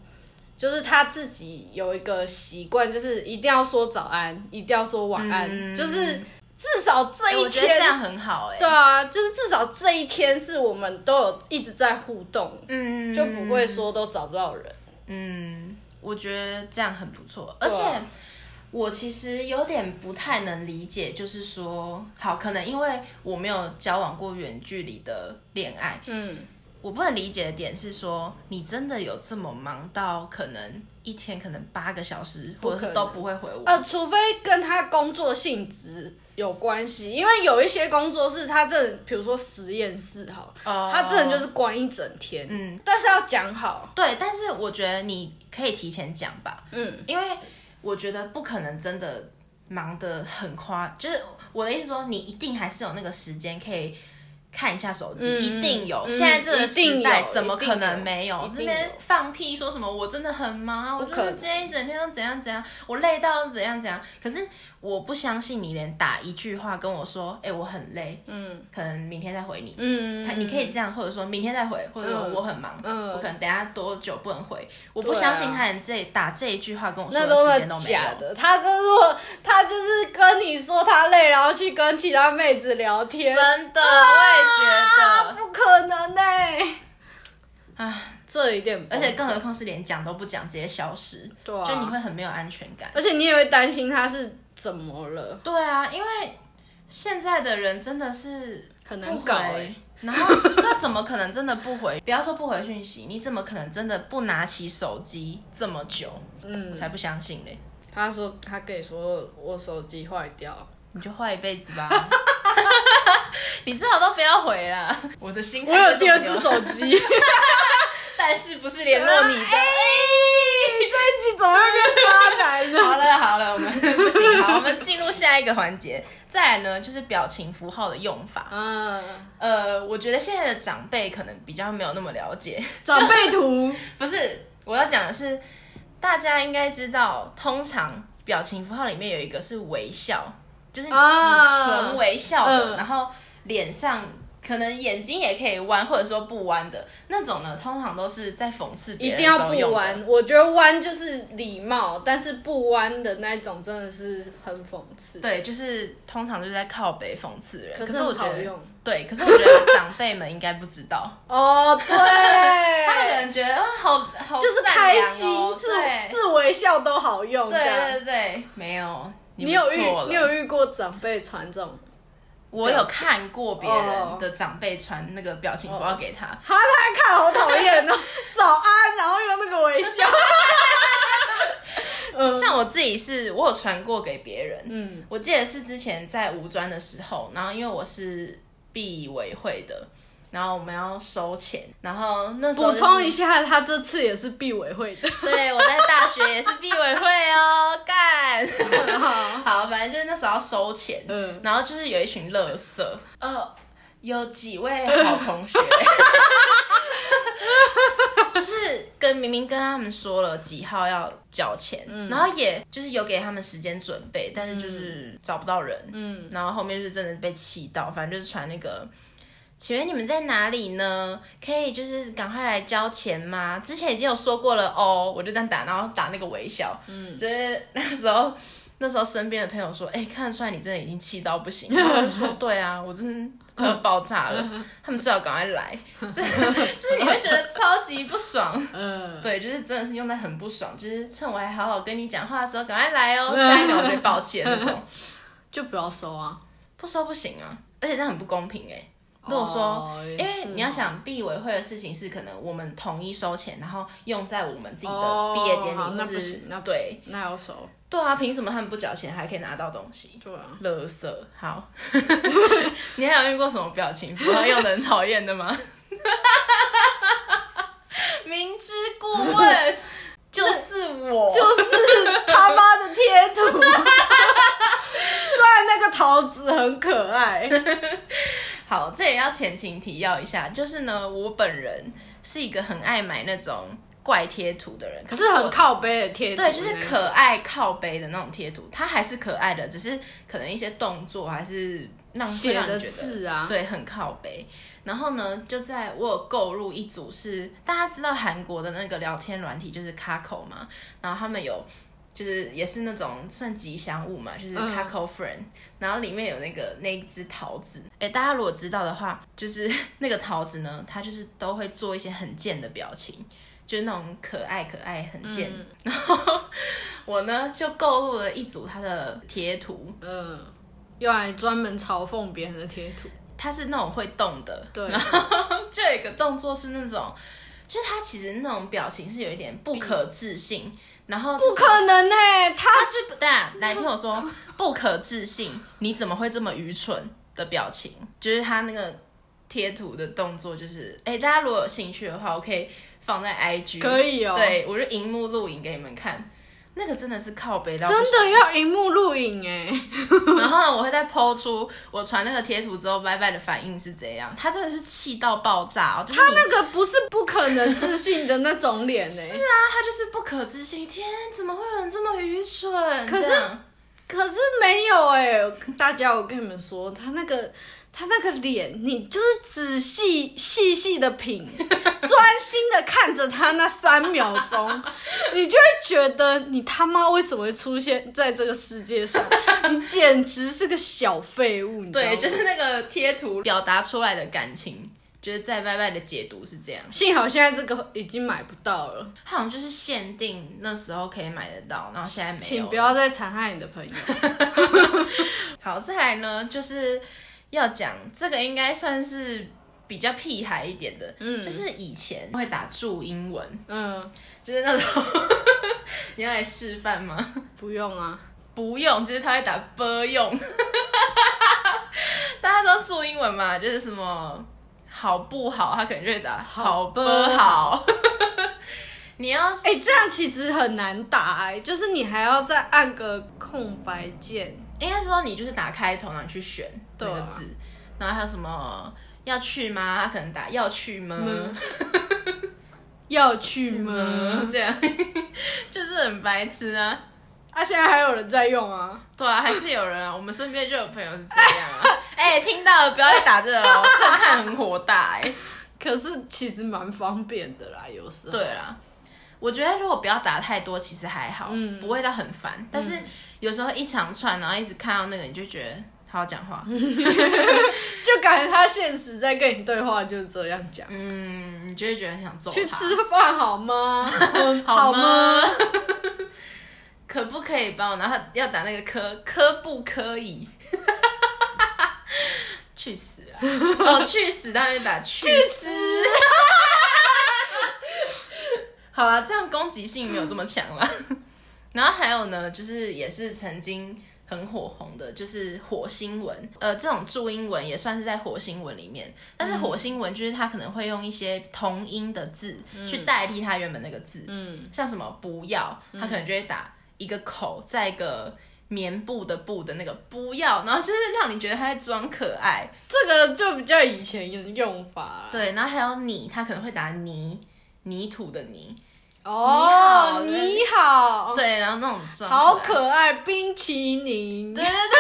A: 就是他自己有一个习惯，就是一定要说早安，一定要说晚安，
B: 嗯
A: 就是至少这
B: 哎
A: 一
B: 我觉得这
A: 天，
B: 样很好哎、
A: 对啊，就是至少这一天是我们都有一直在互动，
B: 嗯
A: 就不会说都找不到人。
B: 嗯，我觉得这样很不错，而且
A: 对啊
B: 我其实有点不太能理解，就是说，好，可能因为我没有交往过远距离的恋爱，
A: 嗯，
B: 我不能理解的点是说，你真的有这么忙到可能一天可能八个小时，
A: 不
B: 或
A: 可能
B: 者是都不会回我？
A: 呃，除非跟他工作性质有关系，因为有一些工作是他这，比如说实验室好了，
B: 哦
A: 他真的就是关一整天，
B: 嗯，
A: 但是要讲好，
B: 对，但是我觉得你可以提前讲吧，
A: 嗯，
B: 因为我觉得不可能真的忙得很夸，就是我的意思说，你一定还是有那个时间可以看一下手机，
A: 嗯
B: 一定有。
A: 嗯
B: 现在这个时代
A: 一定有
B: 怎么可能没
A: 一
B: 有？
A: 定
B: 这
A: 有
B: 边放屁说什么我真的很忙啊，我
A: 不可能
B: 就是今天一整天都怎样怎样，我累到怎样怎样。可是我不相信你连打一句话跟我说，哎、我很累，嗯，可能明天再回你，
A: 嗯
B: 他你可以这样，或者说明天再回，或者说
A: 嗯
B: 我很忙，
A: 嗯
B: 我可能等一下多久不能回，我不
A: 对啊
B: 相信他连这打这一句话跟我说
A: 那
B: 的
A: 都
B: 时
A: 是
B: 间都没
A: 假
B: 有。
A: 的，他就是他就是跟你说他累，然后去跟其他妹子聊天，啊
B: 真的，我也觉得
A: 不可能呢、
B: 啊，
A: 这一点，
B: 而且更何况是连讲都不讲，直接消失，
A: 对啊
B: 就你会很没有安全感。
A: 而且你也会担心他是怎么了，
B: 对啊，因为现在的人真的是
A: 很
B: 不
A: 难
B: 回
A: 搞哎、
B: 然后那怎么可能真的不回？不要说不回讯息，你怎么可能真的不拿起手机这么久？嗯，我才不相信嘞！
A: 他说他跟你说我手机坏掉，
B: 你就坏一辈子吧。 你最好都不要回啦。我的心，
A: 我有第二只，手 机，
B: 但是不是联络你的。
A: 这一集怎么又变渣男啊了？
B: 好了好了，我们不行， 好，我们进入下一个环节。再来呢，就是表情符号的用法。
A: 嗯，
B: 呃，我觉得现在的长辈可能比较没有那么了解，
A: 长辈 图，
B: 不是，我要讲的是，大家应该知道，通常表情符号里面有一个是微笑，就是只
A: 啊
B: 纯微笑的，
A: 嗯
B: 然后脸上可能眼睛也可以弯，或者说不弯的那种呢，通常都是在讽刺别
A: 一
B: 人
A: 定要
B: 时候
A: 不
B: 用的
A: 弯，我觉得弯就是礼貌，但是不弯的那一种真的是很讽刺。
B: 对，就是通常就是在靠北讽刺人。
A: 可
B: 可
A: 是
B: 我
A: 很
B: 觉
A: 好
B: 得
A: 用
B: 对，可是我觉得长辈们应该不知道，
A: 哦， 对，
B: 他们可能觉得哇，好好
A: 就是
B: 善
A: 开
B: 良
A: 心
B: 哦，对
A: 是是微笑都好用。这
B: 对对
A: 样，
B: 对，没有，
A: 你
B: 你
A: 有
B: 不
A: 遇
B: 错了
A: 你有遇过长辈传这种？
B: 我有看过别
A: 哦
B: 人的长辈传那个表情符号给他，
A: 哈，他看好讨厌哦， 早安，然后用那个微笑。嗯
B: 像我自己是，我有传过给别人。
A: 嗯
B: 嗯，我记得是之前在五专的时候，然后因为我是毕委会的，然后我们要收钱，然后那时候
A: 补
B: 就是
A: 充一下，他这次也是毕委会的。
B: 对，我在大学也是毕委会哦，干。嗯 好，反正就是那时候要收钱，
A: 嗯
B: 然后就是有一群乐色，呃，有几位好同 学，就是跟明明跟他们说了几号要交钱，然后也就是有给他们时间准备，但是就是找不到人，嗯，然后后面就是真的被气到，反正就是传那个。请问你们在哪里呢？可以就是赶快来交钱吗？之前已经有说过了哦，我就这样打，然后打那个微笑，嗯，就是那时候那时候身边的朋友说，哎、看得出来你真的已经气到不行。然后我就说，对啊，我真的快要爆 炸了，他们最好赶快来， 就是你会觉得超级不爽。
A: 嗯，
B: 对，就是真的是用在很不爽，就是趁我还好好跟你讲话的时候，赶快 来哦，下一秒我就被抱歉那种，
A: 就不要收啊。
B: 不收不行啊，而且这样很不公平哎、如果说，
A: 哦也
B: 因为
A: 是
B: 你要
A: 哦
B: 想毕委会的事情是可能我们统一收钱，然后用在我们自己的
A: 哦
B: 毕业典礼，
A: 好那
B: 或
A: 不
B: 是
A: 行，那不
B: 对
A: 行，那要收。
B: 对啊，凭什么他们不缴钱还可以拿到东西？
A: 对啊，
B: 乐色，好， 你还有遇过什么表情符号用的很讨厌的 吗？明知故问， 就是我，
A: 就是他妈的贴图。 虽然那个桃子很可 爱，
B: 好，这也要前情提要一下，就是呢，我本人是一个很爱买那种怪贴图的人，可
A: 可
B: 是
A: 是
B: 我
A: 很靠背的贴图那
B: 对，
A: 一
B: 就
A: 种，
B: 是可爱靠背的那种贴图，它还是可爱的，只是可能一些动作还是让会
A: 写
B: 让
A: 的
B: 你觉得
A: 字啊，
B: 对，很靠北。然后呢，就在我有购入一组是大家知道韩国的那个聊天软体就是 Kakao 嘛，然后他们有就是也是那种算吉祥物嘛，就是
A: 嗯
B: Kakao Friend，、然后里面有那个那一只桃子，哎，大家如果知道的话，就是那个桃子呢，它就是都会做一些很贱的表情。就是那种可爱可爱很贱，然后我呢就购入了一组它的贴图，
A: 嗯、用来专门嘲讽别人的贴图。
B: 它是那种会动的，
A: 对，
B: 就有一个动作是那种，就是他其实那种表情是有一点不可置信，然后就是
A: 不可能呢、他
B: 他是不，等下来听我说，不可置信，你怎么会这么愚蠢的表情？就是他那个贴图的动作，就是哎、大家如果有兴趣的话，我可以放在 IG，
A: 可以哦
B: 对我就荧幕录影给你们看。那个真的是靠背到不
A: 真
B: 行
A: 的要荧幕录影哎、
B: 然后呢，我会再抛出我传那个贴图之后，拜拜的反应是怎样？他真的是气到爆炸哦！就是、
A: 他
B: 你
A: 那个不是不可能自信的那种 脸哎、
B: 是啊，他就是不可置信。天，怎么会有人这么愚蠢？
A: 可是
B: 这样
A: 可是没有哎、大家，我跟你们说，他那个他那个脸，你就是仔细细细的 品，专心的看着他那三秒钟，你就会觉得你他妈为什么会出现在这个世界上？你简直是个小废物，你知道吗
B: 对，就是那个贴图表达出来的感情，就是在 Y Y 的解读是这样。
A: 幸好现在这个已经买不到了，
B: 它好像就是限定那时候可以买得到，然后现在没有。
A: 请不要再残害你的朋友。
B: 好，再来呢，就是要讲这个应该算是比较屁孩一点的，嗯，就是以前会打注英文，
A: 嗯，
B: 就是那种 你要来示范吗？
A: 不用啊，
B: 不用，就是他会打波用， 大家都注英文嘛，就是什么好不好，他可能就会打好波好。 你要
A: 哎、这样其实很难打哎、就是你还要再按个空白键。
B: 应该是说你就是打开头，然后你去选那个
A: 对啊
B: 字，然后还有什么要去吗？他可能打要去吗？
A: 要去吗
B: 嗯，？ 这样就是很白痴啊。
A: 啊，现在还有人在用啊！
B: 对啊，还是有人啊，我们身边就有朋友是这样啊。哎、听到了，不要再打这个了，这看很火大哎、
A: 可是其实蛮方便的啦，有时候。
B: 对，啦，我觉得如果不要打太多，其实还好，
A: 嗯
B: 不会到很烦。但是有时候一长串，然后一直看到那个，你就觉得好好讲 话。
A: 就感觉他现实在跟你对话就是这样讲。
B: 嗯，你就会觉得很想揍他。
A: 去吃饭好吗？好
B: 好
A: 吗？？
B: 吗可不可以帮我？然后要打那个科科不可以？ 去死啊！哦，去死！当然就打去死。好啦，这样攻击性没有这么强啦。 然后还有呢，就是也是曾经很火红的，就是火星文。呃，这种注音文也算是在火星文里面，但是火星文就是它可能会用一些同音的字去代替它原本那个字。
A: 嗯，
B: 像什么不要，他可能就会打一个口，在一个棉布的布的那个不要，然后就是让你觉得他在装可爱。
A: 这个就比较以前的用法啦。
B: 对，然后还有你，他可能会打泥泥土的泥，
A: 哦，你
B: 你
A: 好，
B: 对，然后那种装
A: 哦好
B: 爱。
A: 可爱，冰淇淋。
B: 对对对对对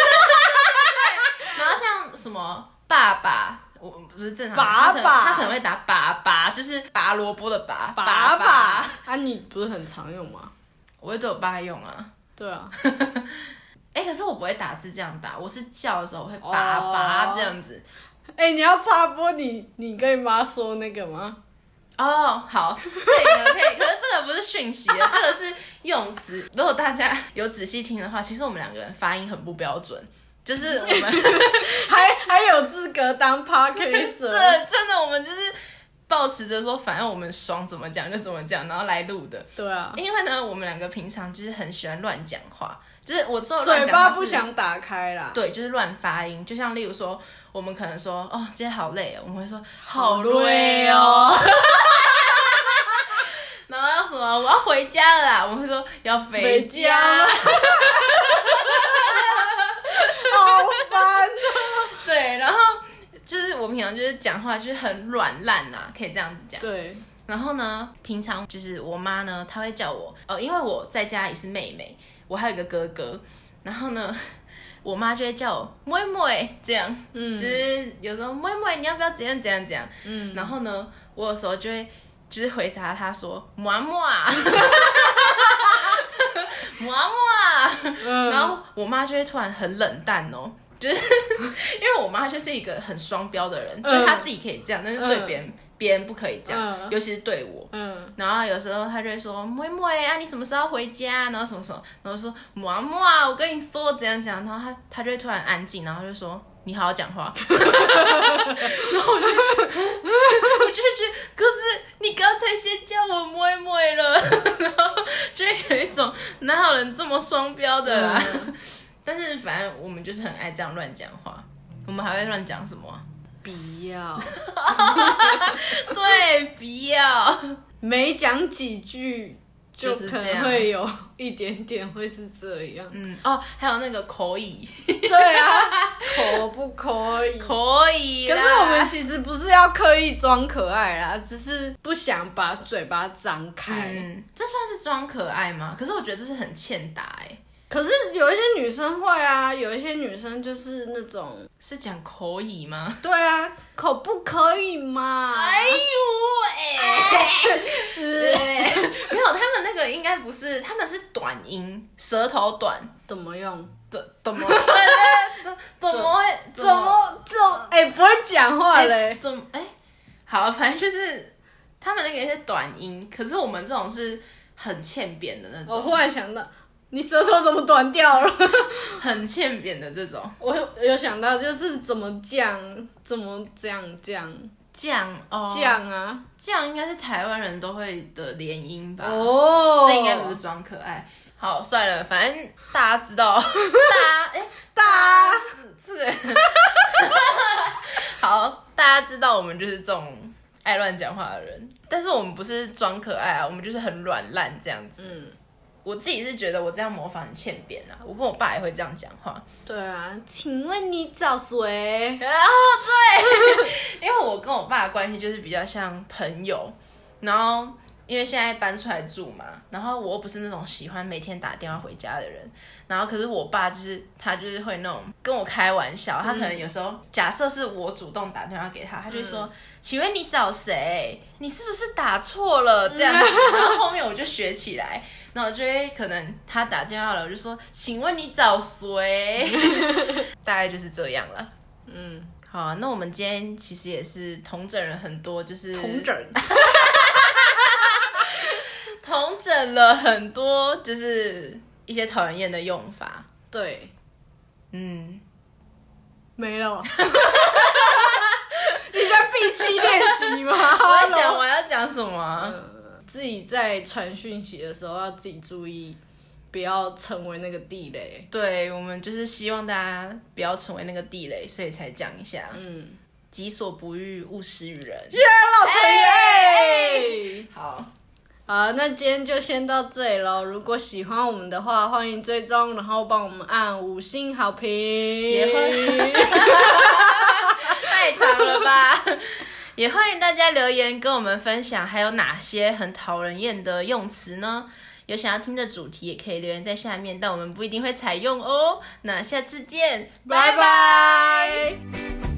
B: 对。然后像什么爸爸。我不是正常
A: 爸
B: 人，他可能
A: 爸
B: 他可能会打粑粑，就是拔萝卜的拔，
A: 爸
B: 粑
A: 爸。啊，你不是很常用吗？
B: 我会对我爸用啊。
A: 对 啊，
B: 哎、可是我不会打字这样打，我是叫的时候我会
A: 哦
B: 粑粑这样子。
A: 哎、你要插播你你跟你妈说那个吗？
B: 哦，好，这个可以，可 是这个不是讯息的，这个是用词。如果大家有仔细听的话，其实我们两个人发音很不标准，就是
A: 嗯
B: 我们
A: 还还有资格当 p a r k e
B: 这
A: r
B: 真的我们就是保持着说，反正我们爽怎么讲就怎么讲，然后来录的。
A: 对啊，
B: 因为呢，我们两个平常就是很喜欢乱讲话，就是我说的乱
A: 嘴
B: 讲话
A: 巴
B: 是
A: 不想打开啦。
B: 对，就是乱发音。就像例如说，我们可能说哦，今天好累哦，我们会说
A: 好
B: 好
A: 累
B: 累
A: 哦
B: 哦。 然后要什么？我要回家了啦，我们会说要回
A: 回家
B: 家。
A: 好烦。
B: 对，然后就是我平常就是讲话就是很软烂啦，可以这样子讲。
A: 对，
B: 然后呢，平常就是我妈呢，她会叫我哦，因为我在家里是妹妹，我还有一个哥哥。然后呢，我妈就会叫我妹妹这样，嗯，就是有时候妹妹你要不要怎样怎样怎样，嗯。然后呢，我有时候就会就是回答她说妈 妈，妈妈。
A: 嗯
B: 然后我妈就会突然很冷淡哦。就是 因为我妈就是一个很双标的人，就是她自己可以这样，但是对
A: 嗯
B: 别人别人不可以这
A: 嗯
B: 样，尤其是对我。
A: 嗯，
B: 然后有时候他就会说：“妹妹啊，你什么时候回家？”然后什么什么，然后说：“妈啊妈，我跟你说怎样怎样。”然后他他就会突然安静，然后就说：“你好好讲 话。”然后我就我就会觉得，可是你刚才先叫我妹妹了， 然后就会有一种哪有人这么双标的啦。
A: 嗯
B: 但是反正我们就是很爱这样乱讲话，我们还会乱讲什么 啊？
A: 不要，
B: 对，不要。
A: 每讲几句就
B: 就是
A: 可
B: 这
A: 能
B: 样
A: 会有一点点会是这样。
B: 嗯，哦，还有那个口语。
A: 对啊，可不可以？
B: 可以
A: 可
B: 啦。
A: 是我们其实不是要刻意装可爱啦，只是不想把嘴巴张开。
B: 嗯嗯，这算是装可爱吗？可是我觉得这是很欠打哎、
A: 可是有一些女生会啊，有一些女生就是那种，
B: 是讲口语 吗？
A: 对啊，可不可以嘛？
B: 哎呦喂、没有，他们那个应该不是，他们是短音，舌头短，
A: 怎么用？
B: 怎怎么对对对 怎怎么会怎么
A: 怎么？哎、不会讲话
B: 哎？怎么哎、好，反正就是他们那个是短音，可是我们这种是很欠扁的那
A: 我
B: 种，
A: 忽然想到，你舌头怎么短掉了？
B: 很欠扁的这种
A: 我有有想到，就是怎么降，怎么这样降
B: 酱哦
A: 降啊？
B: 酱应该是台湾人都会的连音吧？
A: 哦
B: 这应该不是装可爱。好，算了，反正大家知道，大家哎、
A: 大啊
B: 这个 好，大家知道我们就是这种爱乱讲话的人，但是我们不是装可爱啊，我们就是很软烂这样子。
A: 嗯，
B: 我自己是觉得我这样模仿很欠扁啊，我跟我爸也会这样讲话。
A: 对啊，请问你找谁？
B: 然后对，因为我跟我爸的关系就是比较像朋友，然后因为现在搬出来住嘛，然后我又不是那种喜欢每天打电话回家的人，然后可是我爸就是他就是会那种跟我开玩笑，他可能有时候、假设是我主动打电话给他，他就会说：“请问你找谁？你是不是打错了？”这样，然后后面我就学起来。然后我就会可能他打电话了，我就说：“请问你找谁？” 大概就是这样了。
A: 嗯，
B: 好啊、那我们今天其实也是同整人很多，就是
A: 同诊。
B: 同整了很多，就是一些讨人厌的用法。
A: 对，
B: 嗯，
A: 没 了。你在闭气练习吗？
B: 我在
A: 我
B: 想我要讲什么啊、
A: 嗯自己在传讯息的时候要自己注意，不要成为那个地雷。
B: 对我们就是希望大家不要成为那个地雷，所以才讲一下。
A: 嗯，
B: 己所不欲，勿施于人。
A: 老陈哎
B: 耶好，
A: 好，那今天就先到这里喽。如果喜欢我们的话，欢迎追踪，然后帮我们按五星好评。也
B: 欢太长了吧？ 也欢迎大家留言跟我们分享，还有哪些很讨人厌的用词呢？有想要听的主题也可以留言在下面，但我们不一定会采用哦。那下次见，拜
A: 拜
B: 拜
A: 拜。